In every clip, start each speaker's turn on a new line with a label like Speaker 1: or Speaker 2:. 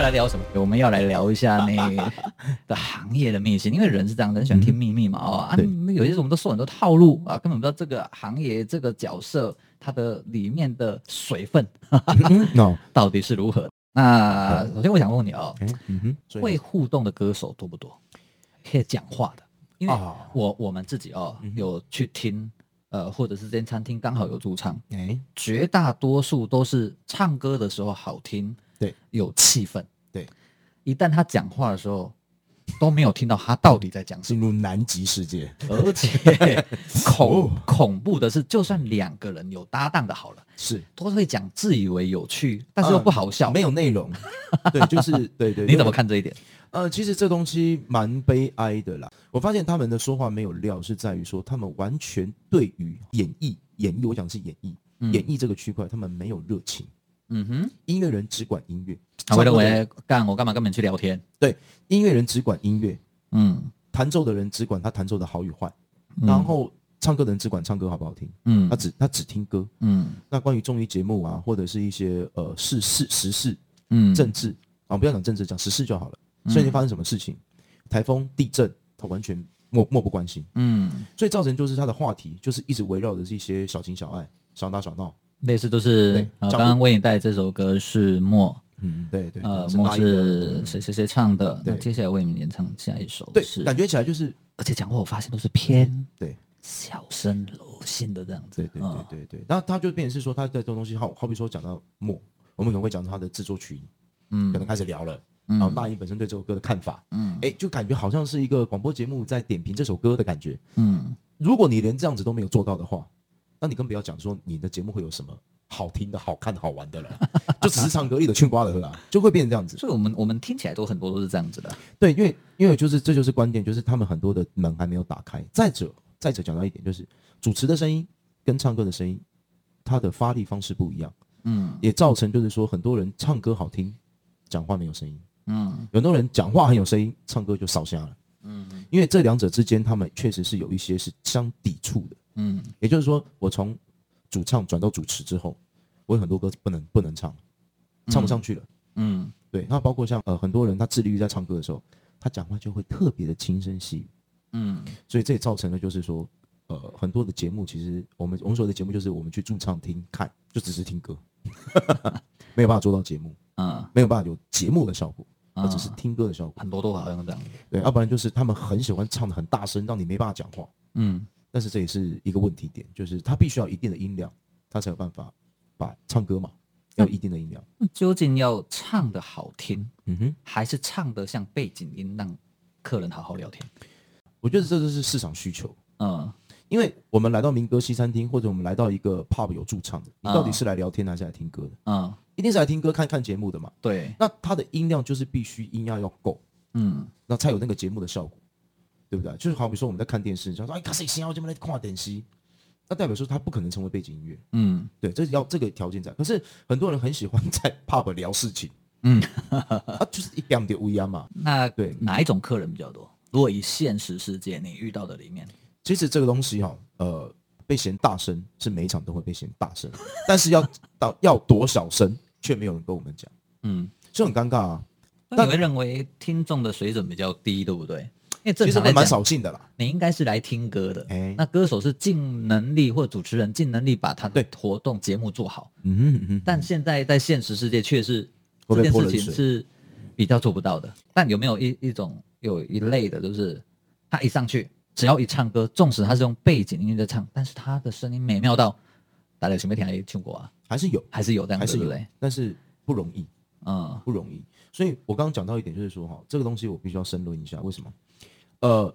Speaker 1: 来聊什么？
Speaker 2: 我们要来聊一下那 个行业的秘辛，因为人是这样的，很喜欢听秘密嘛，哦啊，
Speaker 1: 嗯对
Speaker 2: 你们有些时候我们都说很多套路啊，根本不知道这个行业这个角色它的里面的水分
Speaker 1: 哦，
Speaker 2: 到底是如何。那首先我想问你哦，
Speaker 1: 哎，嗯哼，所以
Speaker 2: 会互动的歌手多不多？可以讲话的，因为
Speaker 1: 哦嗯
Speaker 2: 我我们自己哦有去听，呃，或者是这间餐厅刚好有驻唱，
Speaker 1: 哎，
Speaker 2: 绝大多数都是唱歌的时候好听，
Speaker 1: 对，
Speaker 2: 有气氛，
Speaker 1: 对。
Speaker 2: 一旦他讲话的时候，都没有听到他到底在讲什
Speaker 1: 进入南极世界，
Speaker 2: 么，而 且恐
Speaker 1: 嗯哦
Speaker 2: 恐怖的是，就算两个人有搭档的好了，
Speaker 1: 是，
Speaker 2: 都会讲自以为有趣，但是又
Speaker 1: 嗯
Speaker 2: 不好笑。
Speaker 1: 没有 内容，对，就是对对。
Speaker 2: 你怎么
Speaker 1: 看？
Speaker 2: 看这一点？
Speaker 1: 呃，其实这东西蛮悲哀的啦。我发现他们的说话没有料，是在于说他们完全对于演绎、演绎，我讲是演绎、
Speaker 2: 嗯
Speaker 1: 演绎这个区块，他们没有热情。
Speaker 2: 嗯哼，
Speaker 1: 音乐人只管音乐，
Speaker 2: 他会认
Speaker 1: 唱歌的
Speaker 2: 啊为干我干嘛跟你们去聊天？
Speaker 1: 对音乐人只管音乐，
Speaker 2: 嗯，
Speaker 1: 弹奏的人只管他弹奏的好与坏，
Speaker 2: 嗯
Speaker 1: 然后啊唱歌的人只管唱歌好不好听，
Speaker 2: 嗯
Speaker 1: 他只他只听歌。
Speaker 2: 嗯
Speaker 1: 那关于综艺节目啊，或者是一些呃事事时事、
Speaker 2: 嗯
Speaker 1: 政治啊，不要讲政治，讲时事就好了。最近发生什么事情，台风、地震，他完全漠漠不关心。
Speaker 2: 嗯，
Speaker 1: 所以造成就是他的话题就是一直围绕着这些小情小爱、小打小闹。
Speaker 2: 类似都是
Speaker 1: 对
Speaker 2: 呃，
Speaker 1: 照顾
Speaker 2: 刚刚为你带这首歌是莫，
Speaker 1: 嗯，对对，
Speaker 2: 呃，
Speaker 1: 是
Speaker 2: 莫
Speaker 1: 拉一个
Speaker 2: 是谁谁谁唱的？那
Speaker 1: 对
Speaker 2: 接下来为你们演唱下一首
Speaker 1: 对，
Speaker 2: 是，
Speaker 1: 感觉起来就是
Speaker 2: 而且讲话我发现都是偏
Speaker 1: 对
Speaker 2: 小声柔性的这样子。
Speaker 1: 对对
Speaker 2: 嗯
Speaker 1: 对对对。那他就变成是说他在这种东西，好好比说讲到莫，我们可能会讲到他的制作曲，
Speaker 2: 嗯
Speaker 1: 可能开始聊了，
Speaker 2: 嗯
Speaker 1: 然后大一本身对这首歌的看法，
Speaker 2: 嗯
Speaker 1: 哎，就感觉好像是一个广播节目在点评这首歌的感觉。
Speaker 2: 嗯
Speaker 1: 如果你连这样子都没有做到的话，那你更不要讲说你的节目会有什么。好听的、好看、好玩的了，就只是唱歌，一的去瓜了啦，就会变成这样子。
Speaker 2: 所以我们我们听起来都很多都是这样子的。
Speaker 1: 对，因为因为就是这就是观点，就是他们很多的门还没有打开。再者，再者讲到一点，就是主持的声音跟唱歌的声音，它的发力方式不一样，
Speaker 2: 嗯
Speaker 1: 也造成就是说很多人唱歌好听，讲话没有声音；
Speaker 2: 嗯
Speaker 1: 有很多人讲话很有声音，唱歌就少瞎了。
Speaker 2: 嗯
Speaker 1: 因为这两者之间，他们确实是有一些是相抵触的。
Speaker 2: 嗯
Speaker 1: 也就是说，我从主唱转到主持之后，我有很多歌不能不能唱，唱不上去了。
Speaker 2: 嗯
Speaker 1: 对，那包括像呃很多人他致力于在唱歌的时候，他讲话就会特别的轻声细语。
Speaker 2: 嗯
Speaker 1: 所以这也造成了就是说，呃，很多的节目其实我们我们所有的节目就是我们去驻唱听看，就只是听歌， 没有办法做到节目，
Speaker 2: 嗯，
Speaker 1: 没有办法有节目的效果，
Speaker 2: 啊
Speaker 1: 而只是听歌的效果。
Speaker 2: 很多都好像这样。
Speaker 1: 对，要不然就是他们很喜欢唱的很大声，让你没办法讲话。
Speaker 2: 嗯
Speaker 1: 但是这也是一个问题点，就是他必须要有一定的音量，他才有办法把唱歌嘛，要有一定的音量。
Speaker 2: 那究竟要唱的好听，
Speaker 1: 嗯哼，
Speaker 2: 还是唱的像背景音，让客人好好聊天？
Speaker 1: 我觉得这就是市场需求。
Speaker 2: 嗯
Speaker 1: 因为我们来到民歌西餐厅，或者我们来到一个 pub 有驻唱的，你到底
Speaker 2: 啊
Speaker 1: 是来聊天还是来听歌的？
Speaker 2: 嗯，
Speaker 1: 一定是来听歌、看看节目的嘛。
Speaker 2: 对，
Speaker 1: 那它的音量就是必须音量要够，
Speaker 2: 嗯
Speaker 1: 那才有那个节目的效果，对不对？就是好比说我们在看电视，想说哎，卡谁先要这边来看电视，那代表说它不可能成为背景音乐，
Speaker 2: 嗯
Speaker 1: 对，这是要这个条件在。可是很多人很喜欢在 pub 聊事情，
Speaker 2: 嗯。
Speaker 1: 啊，就是一两点乌鸦嘛。
Speaker 2: 那
Speaker 1: 对
Speaker 2: 哪一种客人比较多？如果以现实世界你遇到的里面，
Speaker 1: 其实这个东西哈、呃，被嫌大声是每一场都会被嫌大声， 但是要到要多少声，却没有人跟我们讲，
Speaker 2: 嗯，
Speaker 1: 就很尴尬啊。
Speaker 2: 那
Speaker 1: 但
Speaker 2: 你会认为听众的水准比较低，对不对？因为正
Speaker 1: 其实
Speaker 2: 常
Speaker 1: 还
Speaker 2: 来
Speaker 1: 蛮
Speaker 2: 讲，嗯
Speaker 1: 扫兴的啦。
Speaker 2: 你应该是来听歌的。
Speaker 1: 哎
Speaker 2: 那歌手是尽能力，或主持人尽能力把他的
Speaker 1: 对
Speaker 2: 活动节目做好。
Speaker 1: 嗯哼嗯哼
Speaker 2: 但现在在现实世界，却是
Speaker 1: 会
Speaker 2: 这
Speaker 1: 被
Speaker 2: 件
Speaker 1: 泼
Speaker 2: 事
Speaker 1: 冷
Speaker 2: 情
Speaker 1: 水
Speaker 2: 是比较做不到的。但有没有一一种有一类的，就是他一上去，只要一唱歌，纵使他是用背景音乐在唱，但是他的声音美妙到大家有没有听来听过啊？
Speaker 1: 还是有，
Speaker 2: 还是有这样
Speaker 1: 还
Speaker 2: 子，
Speaker 1: 是
Speaker 2: 对不
Speaker 1: 有
Speaker 2: 对？，
Speaker 1: 但是不容易。
Speaker 2: 嗯
Speaker 1: 不容易。所以我刚刚讲到一点，就是说哈，这个东西我必须要申论一下，为什么？呃，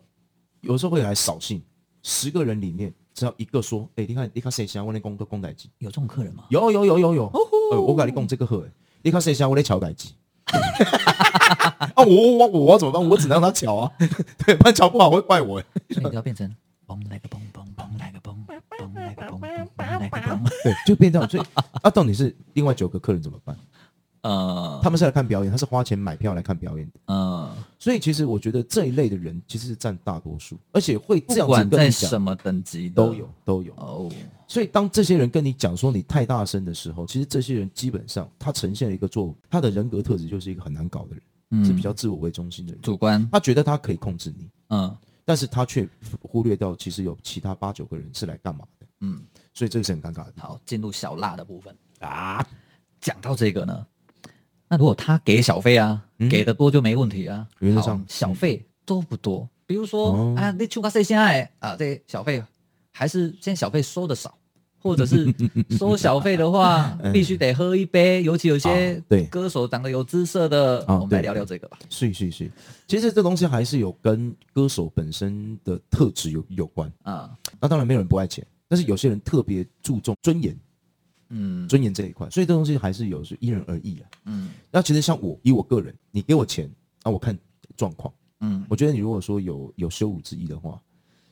Speaker 1: 有时候会来扫兴，十个人里面只要一个说，哎、你看你看谁想我那公都公代机，
Speaker 2: 有这种客人吗？
Speaker 1: 有有有有有，呃我跟你讲这个好，你看谁想我那桥代机。 啊，我我我我怎么办？我只能让他瞧啊， 对，不然瞧不好会怪我。欸
Speaker 2: 所以你就要变成嘣来个嘣嘣嘣来个嘣嘣来个嘣嘣嘣来个嘣。
Speaker 1: 对，就变这样。所以， 啊，到底是另外九个客人怎么办？
Speaker 2: 呃
Speaker 1: 哦他们是来看表演，他是花钱买票来看表演的，
Speaker 2: 呃，
Speaker 1: 所以其实我觉得这一类的人其实是占大多数，而且会这
Speaker 2: 不
Speaker 1: 样子
Speaker 2: 管
Speaker 1: 跟
Speaker 2: 在
Speaker 1: 你
Speaker 2: 什
Speaker 1: 讲
Speaker 2: 么等级的
Speaker 1: 都有都有。
Speaker 2: 哦，
Speaker 1: 所以当这些人跟你讲说你太大声的时候，其实这些人基本上他呈现了一个错误，他的人格特质就是一个很难搞的人，
Speaker 2: 嗯，
Speaker 1: 是比较自我为中心的人。
Speaker 2: 主观，
Speaker 1: 他觉得他可以控制你，
Speaker 2: 嗯
Speaker 1: 但是他却忽略掉其实有其他八九个人是来干嘛的，
Speaker 2: 嗯，
Speaker 1: 所以这个是很尴尬的
Speaker 2: 好，进入小辣的部分。
Speaker 1: 啊。
Speaker 2: 讲到这个呢，那如果他给小费啊，
Speaker 1: 嗯
Speaker 2: 给的多就没问题啊。
Speaker 1: 原则
Speaker 2: 好
Speaker 1: 上
Speaker 2: 小费多不多？比如说、
Speaker 1: 哦
Speaker 2: 啊，你去个谁先爱啊，这小费还是现在小费收的少，或者 是收小费的话，必须得喝一杯，尤其有些
Speaker 1: 嗯啊对
Speaker 2: 歌手长得有姿色的，
Speaker 1: 啊
Speaker 2: 我们来
Speaker 1: 对
Speaker 2: 聊聊这个吧。
Speaker 1: 是是是，其实这东西还是有跟歌手本身的特质有有关。
Speaker 2: 啊，
Speaker 1: 那当然没有人不爱钱，但是有些人特别注重尊严，
Speaker 2: 嗯
Speaker 1: 尊严这一块，所以这东西还是有是因人而异啊。
Speaker 2: 嗯
Speaker 1: 那其实像我，以我个人，你给我钱，那、我看状况。
Speaker 2: 嗯，
Speaker 1: 我觉得你如果说有有羞辱之意的话，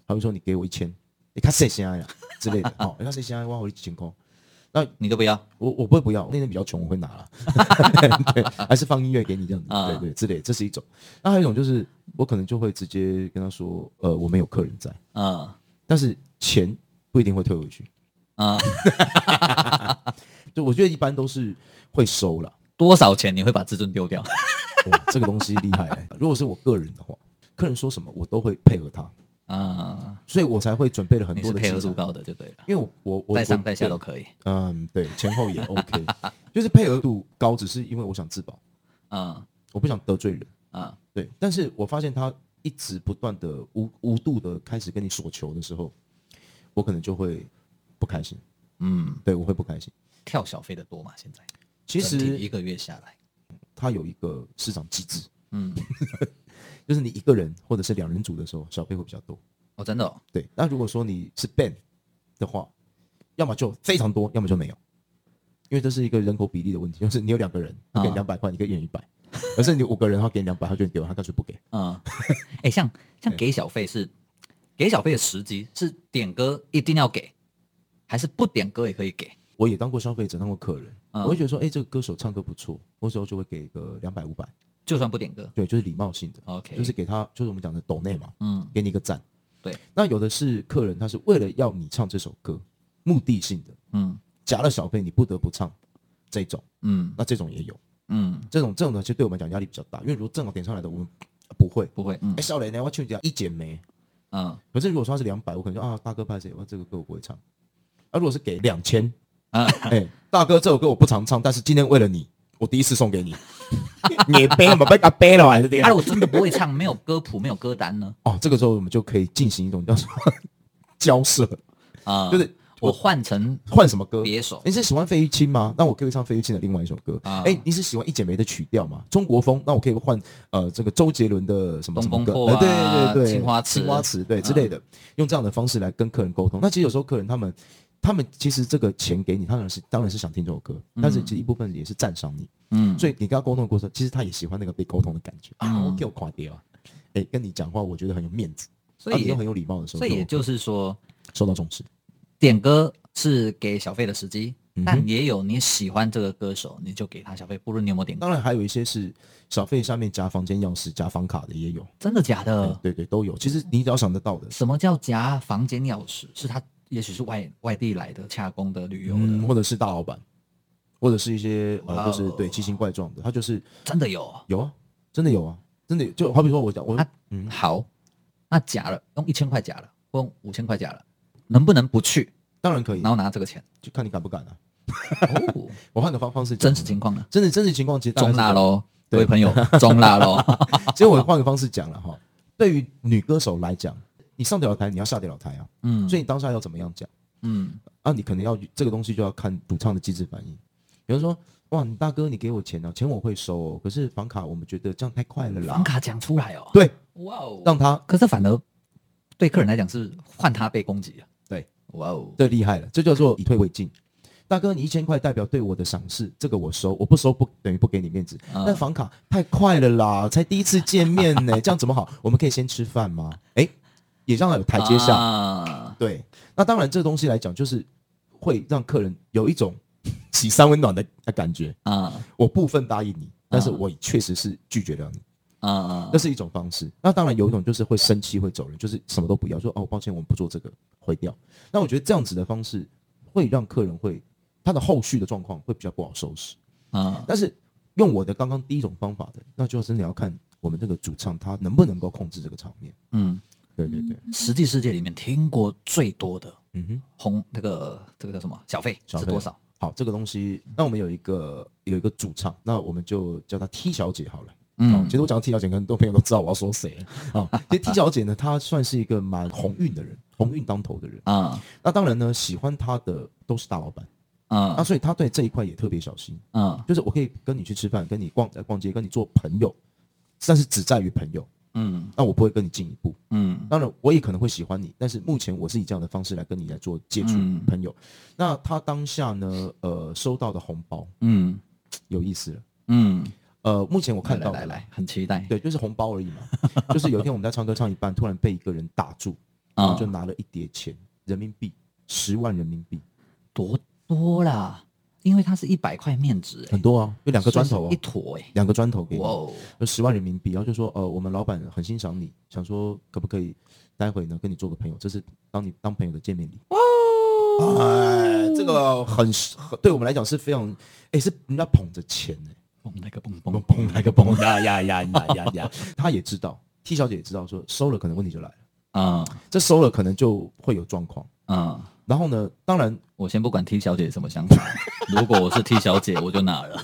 Speaker 1: 他会说你给我一千，你看谁先爱呀啊之类的，哦，你看谁先爱，哇，我一千块，
Speaker 2: 你都不要，
Speaker 1: 我我不会不要，那天比较穷，我会 拿了， 对，还是放音乐给你这样子，
Speaker 2: 啊
Speaker 1: 对对之类的，这是一种。那还有一种就是，我可能就会直接跟他说，呃，我们有客人在，
Speaker 2: 嗯
Speaker 1: 但是钱不一定会退回去，
Speaker 2: 啊，
Speaker 1: 就我觉得一般都是会收啦。
Speaker 2: 多少钱你会把自尊丢掉？
Speaker 1: 哇，这个东西厉害、欸。 如果是我个人的话，客人说什么我都会配合他，
Speaker 2: 啊，
Speaker 1: 所以我才会准备了很
Speaker 2: 你
Speaker 1: 多
Speaker 2: 是
Speaker 1: 的
Speaker 2: 配合
Speaker 1: 技
Speaker 2: 度
Speaker 1: 巧。
Speaker 2: 高的就对了，
Speaker 1: 因为我我我
Speaker 2: 在上
Speaker 1: 我
Speaker 2: 在下都可以。
Speaker 1: 嗯，对，前后也 OK，就是 配合度高，只是因为我想自保，
Speaker 2: 嗯
Speaker 1: 我不想得罪人。
Speaker 2: 啊
Speaker 1: 对，但是我发现他一直不断的无无度的开始跟你索求的时候，我可能就会不开心。
Speaker 2: 嗯。
Speaker 1: 对，我会不开心。
Speaker 2: 跳小费的多嘛？现在
Speaker 1: 其
Speaker 2: 整体一
Speaker 1: 实
Speaker 2: 个月下来，
Speaker 1: 他有一个市场机制，
Speaker 2: 嗯，
Speaker 1: 就是你一个人或者是两人组的时候，小费会比较多。
Speaker 2: 哦，真的、哦，
Speaker 1: 对，那如果说你是 band 的话，要么就非常多，要么就没有，因为这是一个人口比例的问题，就是你有两个人，他给
Speaker 2: 啊
Speaker 1: 两百块，你可以一人一百； 而是你五个人，他给你两百，他就给我，他干脆不给。
Speaker 2: 嗯， 哎、像像给小费是给小费的时机是点歌一定要给，还是不点歌也可以给？
Speaker 1: 我也当过消费者，当过客人，
Speaker 2: 啊
Speaker 1: 我会觉得说，哎、这个歌手唱歌不错，我有时候就会给个两百、五百，
Speaker 2: 就算不点歌
Speaker 1: 对，就是礼貌性的，
Speaker 2: ，OK，
Speaker 1: 就是给他，就是我们讲的抖内嘛，
Speaker 2: 嗯
Speaker 1: 给你一个赞。
Speaker 2: 对，
Speaker 1: 那有的是客人，他是为了要你唱这首歌，目的性的，
Speaker 2: 嗯
Speaker 1: 夹了小费你不得不唱，这种，
Speaker 2: 嗯
Speaker 1: 那这种也有。
Speaker 2: 嗯，
Speaker 1: 这种这种呢，其实对我们来讲压力比较大，因为如果正好点上来的，我们不会。
Speaker 2: 不会，嗯
Speaker 1: 哎、少年呢，我去讲一剪梅。
Speaker 2: 嗯
Speaker 1: 可是如果说他是两百，我可能就啊，大哥拍谁？我这个歌我不会唱。啊，如果是给两千，
Speaker 2: 啊，
Speaker 1: 哎、大哥这首歌我不常唱，但是今天为了你，我第一次送给你。 你背嘛，被他背了还是这
Speaker 2: 啊，
Speaker 1: 样？
Speaker 2: 我真的不会唱，没有歌谱，没有歌单呢，
Speaker 1: 哦，这个时候我们就可以进行一种叫什么 交涉，
Speaker 2: 啊、
Speaker 1: 就是
Speaker 2: 我换成
Speaker 1: 换什么歌？
Speaker 2: 别手，
Speaker 1: 你是喜欢费玉清吗？那我可以唱费玉清的另外一首歌。哎、
Speaker 2: 啊
Speaker 1: 你是喜欢一剪梅的曲调吗？中国风，那我可以换呃这个周杰伦的什么什么歌？
Speaker 2: 东风破啊
Speaker 1: 呃对对对，
Speaker 2: 青花瓷
Speaker 1: 青花瓷啊对之类的，用这样的方式来跟客人沟通。那其实有时候客人他们他们其实这个钱给你，他当然是当然是想听这首歌，但是其实一部分也是赞赏你，
Speaker 2: 嗯，
Speaker 1: 所以你跟他沟通的过程，其实他也喜欢那个被沟通的感觉、啊，
Speaker 2: 嗯
Speaker 1: 我给我垮掉啊。哎、跟你讲话，我觉得很有面子，
Speaker 2: 所
Speaker 1: 啊你
Speaker 2: 以
Speaker 1: 又很有礼貌的时候，
Speaker 2: 所以也就是说，
Speaker 1: 受到重视。
Speaker 2: 点歌是给小费的时机，
Speaker 1: 嗯哼
Speaker 2: 但也有你喜欢这个歌手，你就给他小费，不论你有没有点歌。
Speaker 1: 当然还有一些是小费下面加房间钥匙、加房卡的也有。哎
Speaker 2: 真的假的？
Speaker 1: 对对，都有。其实你只要想得到的，
Speaker 2: 什么叫夹房间钥匙？是他也许是外外地来的洽工的旅游的，
Speaker 1: 嗯，或者是大老板，或者是一些
Speaker 2: 哇
Speaker 1: 呃，
Speaker 2: 哦
Speaker 1: 就是对奇形怪状的，他就是
Speaker 2: 真的有哦。
Speaker 1: 有啊，真的有啊，真的有就好比说我讲我
Speaker 2: 啊
Speaker 1: 嗯，
Speaker 2: 好，那夹了，用一千块夹了，或用五千块夹了，能不能不去，
Speaker 1: 当然可以
Speaker 2: 然，后拿这个钱？
Speaker 1: 就看你敢不敢啊。
Speaker 2: 哦，
Speaker 1: 我换个方方式讲，
Speaker 2: 真实情况呢？
Speaker 1: 真的真实情况其实大
Speaker 2: 中
Speaker 1: 概是这
Speaker 2: 辣
Speaker 1: 样。
Speaker 2: 喽，各位
Speaker 1: 对
Speaker 2: 朋友，中辣喽。
Speaker 1: 其实我换个方式讲了哈，对于女歌手来讲，你上得了台，你要下得了台啊，
Speaker 2: 嗯，
Speaker 1: 所
Speaker 2: 以
Speaker 1: 以你当下要怎么样讲
Speaker 2: 嗯
Speaker 1: 啊？你可能要这个东西就要看主唱的机制反应。有人说哇，你大哥你给我钱啊，钱我会收哦，可是房卡我们觉得这样太快了啦
Speaker 2: 房。卡讲出来哦。
Speaker 1: 对，
Speaker 2: 哇哦。
Speaker 1: 让他
Speaker 2: 可是反而对客人来讲是换他被攻击啊。
Speaker 1: 对，
Speaker 2: 哇哦，
Speaker 1: 这厉害了，这叫做以退为进。大哥，你一千块代表对我的赏识，这个我收，我不收不等于不给你面子。
Speaker 2: 啊
Speaker 1: 但房卡太快了啦，才第一次见面呢、这样怎么好？我们可以先吃饭吗？哎，也让他有台阶下。
Speaker 2: 啊
Speaker 1: 对，那当然这东西来讲，就是会让客人有一种喜三温暖的感觉。
Speaker 2: 啊
Speaker 1: 我部分答应你，但是我确实是拒绝了你。
Speaker 2: 啊
Speaker 1: 那是一种方式。那当然有一种就是会生气会走人，就是什么都不要，说哦抱歉我们不做这个，毁掉。那我觉得这样子的方式会让客人会他的后续的状况会比较不好收拾。
Speaker 2: 啊
Speaker 1: 但是用我的刚刚第一种方法的，那就真的要看我们这个主唱他能不能够控制这个场面。
Speaker 2: 嗯，
Speaker 1: 对对对，
Speaker 2: 实际世界里面听过最多的
Speaker 1: 嗯哼。
Speaker 2: 红那个这个叫什么小费
Speaker 1: 小
Speaker 2: 是
Speaker 1: 费哦
Speaker 2: 多少？
Speaker 1: 好，这个东西，那我们有一个有一个主唱，那我们就叫她 T 小姐好了。嗯，
Speaker 2: 嗯
Speaker 1: 其实我讲到 T 小姐，可能很多朋友都知道我要说谁了。啊，其实 T 小姐呢，她算是一个蛮鸿运的人，鸿运当头的人。
Speaker 2: 啊
Speaker 1: 那当然呢，喜欢她的都是大老板，那
Speaker 2: 啊
Speaker 1: 所以她对这一块也特别小心。
Speaker 2: 啊
Speaker 1: 就是我可以跟你去吃饭，跟你逛逛街，跟你做朋友，但是只在于朋友，
Speaker 2: 嗯
Speaker 1: 那我不会跟你进一步。
Speaker 2: 嗯
Speaker 1: 当然，我也可能会喜欢你，但是目前我是以这样的方式来跟你来做接触
Speaker 2: 嗯
Speaker 1: 朋友。那她当下呢，呃，收到的红包
Speaker 2: 嗯
Speaker 1: 有意思了。
Speaker 2: 嗯，
Speaker 1: 呃，目前我看到
Speaker 2: 来
Speaker 1: 的
Speaker 2: 来
Speaker 1: 啦
Speaker 2: 来，很期待。
Speaker 1: 对，就是红包而已嘛。 就是有一天我们在唱歌唱一半，突然被一个人打住，然
Speaker 2: 啊
Speaker 1: 后就拿了一叠钱，人民币，十万人民币，
Speaker 2: 多多啦，因为它是一百块面值、欸，
Speaker 1: 很多啊，有两个砖头
Speaker 2: 所以
Speaker 1: 哦
Speaker 2: 是一，坨哎、
Speaker 1: 两个砖头给
Speaker 2: 哇
Speaker 1: 我，
Speaker 2: 哦，
Speaker 1: 就十万人民币。然后就说，呃，我们老板很欣赏你，想说可不可以待会呢跟你做个朋友，这是当你当朋友的见面礼。哎，这个很很对我们来讲是非常，哎，是人家捧着钱哎。
Speaker 2: 蹦那个蹦
Speaker 1: 我
Speaker 2: 蹦
Speaker 1: 们蹦来个蹦呀呀呀呀呀呀！ 他也知道，T 小姐也知道，说收了可能问题就来了，
Speaker 2: 啊
Speaker 1: 这收了可能就会有状况。
Speaker 2: 啊！
Speaker 1: 然后呢，当然，
Speaker 2: 我先不管 T 小姐什么想法，如果我是 T 小姐，我就拿了，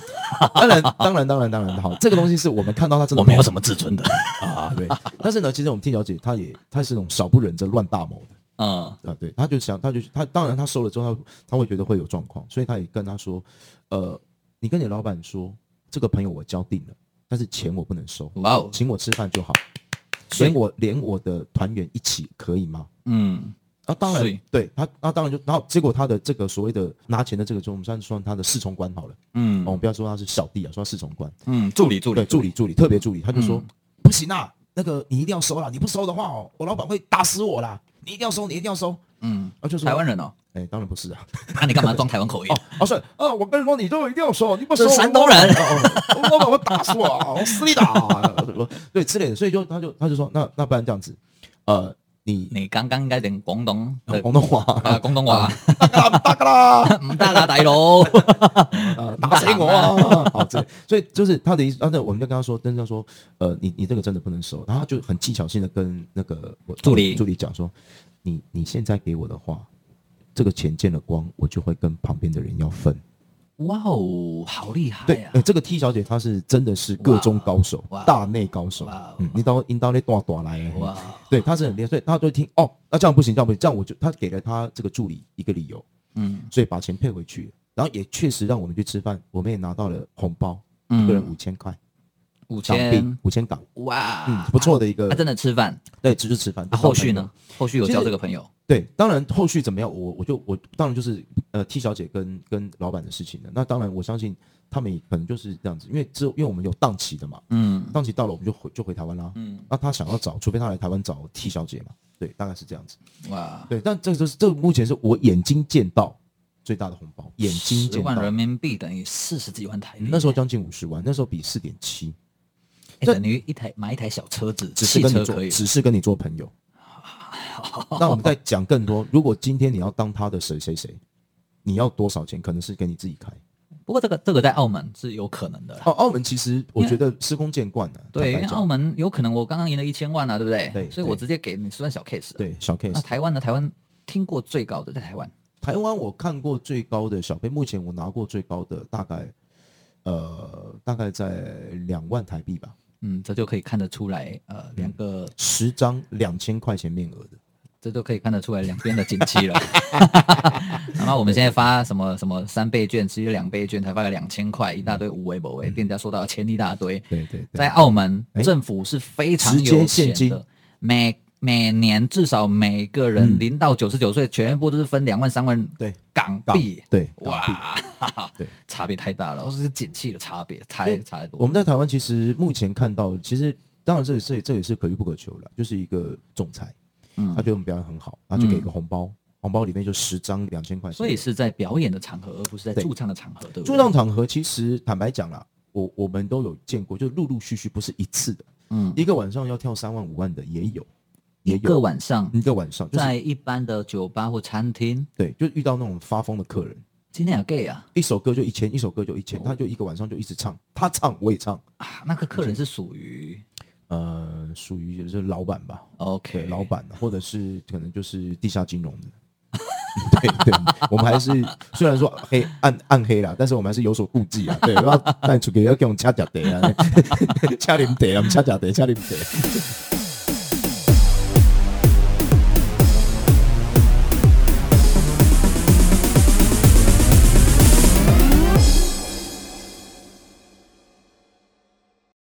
Speaker 1: 当然， 当然，当然，当然，好，这个东西是我们看到他真的
Speaker 2: 我没有
Speaker 1: 跑
Speaker 2: 什么自尊的。
Speaker 1: 啊，对。但是呢，其实我们 T 小姐她也她是那种少不忍则乱大谋的
Speaker 2: 嗯
Speaker 1: 啊，对，她就想，她就她当然她收了之后，她她会觉得会有状况，所以她也跟他说，呃，你跟你老板说，这个朋友我交定了，但是钱我不能收，
Speaker 2: 哇哦，
Speaker 1: 请我吃饭就好，
Speaker 2: 所以
Speaker 1: 连我连我的团员一起可以吗？
Speaker 2: 嗯
Speaker 1: 啊，当
Speaker 2: 所以
Speaker 1: 然，对他，那当然就，然后结果他的这个所谓的拿钱的这个中，我们算算他的侍从官好了，哦，我
Speaker 2: 嗯
Speaker 1: 们不要说他是小弟啊，说他侍从官，
Speaker 2: 嗯，助理助
Speaker 1: 对，
Speaker 2: 理
Speaker 1: 助理助理特别助理，他就说、
Speaker 2: 嗯
Speaker 1: 不行啊，那个你一定要收啦，你不收的话哦，我老板会打死我啦，你一定要收，你一定要收，
Speaker 2: 嗯，
Speaker 1: 啊，就说
Speaker 2: 台湾，人哦，
Speaker 1: 哎，当然不是啊，
Speaker 2: 那你干嘛装台湾口音
Speaker 1: 哦？，啊是，啊，我跟你说，你就一定要收，你不收，
Speaker 2: 这是山东人
Speaker 1: 哦，哦我老板会打死我啊，我死你打啊， 对之类的，所以就他就他就说，那那不然这样子，呃，你
Speaker 2: 你刚刚应该点广东的
Speaker 1: 用哦广东哦话，
Speaker 2: 啊，广东话，
Speaker 1: 大哥啦，大哥啦。
Speaker 2: 唔得啦，大佬。
Speaker 1: 呃，打死 我啊！好，这所以就是他的意思，啊，那我们就跟他说，跟他说，呃，你你这个真的不能收，然后他就很技巧性的跟那个我
Speaker 2: 助理
Speaker 1: 助理讲说，你你现在给我的话，这个钱见了光，我就会跟旁边的人要分。
Speaker 2: 哇哦，好厉害
Speaker 1: 对，
Speaker 2: 呀
Speaker 1: 呃，！这个 T 小姐她是真的是各中高手
Speaker 2: 哇，
Speaker 1: 大内高手
Speaker 2: 哇哦，
Speaker 1: 嗯，你到你到那大大来，
Speaker 2: 哇哦
Speaker 1: 哇，对，她是很厉害，所以她就听哦，那这样不行，这样不行，这样我就她给了她这个助理一个理由，
Speaker 2: 嗯
Speaker 1: 所以把钱退回去，然后也确实让我们去吃饭，我们也拿到了红包，
Speaker 2: 嗯
Speaker 1: 一个人五千块，
Speaker 2: 五
Speaker 1: 港币
Speaker 2: 千
Speaker 1: 五千港，嗯
Speaker 2: 哇，，啊
Speaker 1: 不错的一个
Speaker 2: 他，真的吃饭，啊
Speaker 1: 对，只是吃饭。
Speaker 2: 那后续呢？？后续有
Speaker 1: 其
Speaker 2: 交
Speaker 1: 实
Speaker 2: 这个朋友？
Speaker 1: 对，当然后续怎么样，我我就我当然就是呃 T 小姐跟跟老板的事情了。那当然，我相信他们也可能就是这样子，因为之后因为我们有档期的嘛，
Speaker 2: 嗯
Speaker 1: 档期到了我们就回就回台湾啦。
Speaker 2: 嗯，
Speaker 1: 那他想要找，除非他来台湾找 T 小姐嘛，对，大概是这样子。
Speaker 2: 哇，
Speaker 1: 对，但这就是这目前是我眼睛见到最大的红包，眼睛
Speaker 2: 十
Speaker 1: 见
Speaker 2: 万
Speaker 1: 到
Speaker 2: 人民币等于四十几万台币，
Speaker 1: 那时候将近五十万，那时候比四点七，
Speaker 2: 哎等于一台买一台小车子，
Speaker 1: 只是
Speaker 2: 汽
Speaker 1: 跟
Speaker 2: 车
Speaker 1: 你
Speaker 2: 可
Speaker 1: 做，
Speaker 2: 以。
Speaker 1: 只是跟你做朋友。
Speaker 2: 哦
Speaker 1: 那我们再讲更多，如果今天你要当他的谁谁谁，你要多少钱？可能是给你自己
Speaker 2: 啊
Speaker 1: 开。
Speaker 2: 不过这个这个在澳门是有可能的啦，
Speaker 1: 哦，澳门其实我觉得司空见惯了、啊，
Speaker 2: 对，因为
Speaker 1: 坦白讲
Speaker 2: 澳门有可能我刚刚赢了一千万啊，对不对？
Speaker 1: 对
Speaker 2: 所以我
Speaker 1: 对
Speaker 2: 直接给你算小 case。，
Speaker 1: 对小
Speaker 2: 那
Speaker 1: case，
Speaker 2: 台湾呢？台湾听过最高的在台湾，
Speaker 1: 台湾我看过最高的小费，目前我拿过最高的大概呃大概在两万台币吧，
Speaker 2: 嗯，这就可以看得出来，呃，
Speaker 1: 嗯
Speaker 2: 两个
Speaker 1: 十张两千块钱面额的。
Speaker 2: 这都可以看得出来两边的景气 了。然后我们现在发什么什么三倍券，其实两倍券才发个两千块，一大堆无为不
Speaker 1: 嗯
Speaker 2: 为，店家说到钱一大堆。
Speaker 1: 对对对，
Speaker 2: 在澳门，
Speaker 1: 哎
Speaker 2: 政府是非常
Speaker 1: 直接
Speaker 2: 有
Speaker 1: 现
Speaker 2: 钱
Speaker 1: 金
Speaker 2: 的，每每年至少每个人零到九十九岁，全部都是分两万三万
Speaker 1: 嗯对
Speaker 2: 港
Speaker 1: 港
Speaker 2: 币。
Speaker 1: 对港币
Speaker 2: 哇，
Speaker 1: 对，
Speaker 2: 差别太大了，这是景气的差别，差
Speaker 1: 对
Speaker 2: 差得多。
Speaker 1: 我们在台湾其实目前看到，其实当然这也是这也是可遇不可求了，就是一个总裁，
Speaker 2: 嗯
Speaker 1: 他觉得我们表演很好，他就给一个红包，红包里面就十张两千块钱。
Speaker 2: 所以是在表演的场合，而不是在
Speaker 1: 对
Speaker 2: 驻唱的场合，对不对？
Speaker 1: 驻唱场合，其实坦白讲啦，我我们都有见过，就陆陆续续不是一次的，
Speaker 2: 嗯，
Speaker 1: 一个晚上要跳三万五万的也有，也
Speaker 2: 一个
Speaker 1: 有
Speaker 2: 晚上
Speaker 1: 一个晚上，就是
Speaker 2: 在一般的酒吧或餐厅，
Speaker 1: 对，就遇到那种发疯的客人，
Speaker 2: 今天有 gay 啊
Speaker 1: 一首歌就一千，一首歌就一
Speaker 2: 哦
Speaker 1: 千，他就一个晚上就一直唱，他唱我也唱，
Speaker 2: 啊，那个客人是属于
Speaker 1: 呃，属于就是老板吧，对，
Speaker 2: OK
Speaker 1: 老板或者是可能就是地下金融的。 对对，我们还是虽然说黑暗暗黑啦，但是我们还是有所顾忌啊。对， 啊要带出去要给我们掐假的啊，掐你们得，我们掐假的，掐你们得。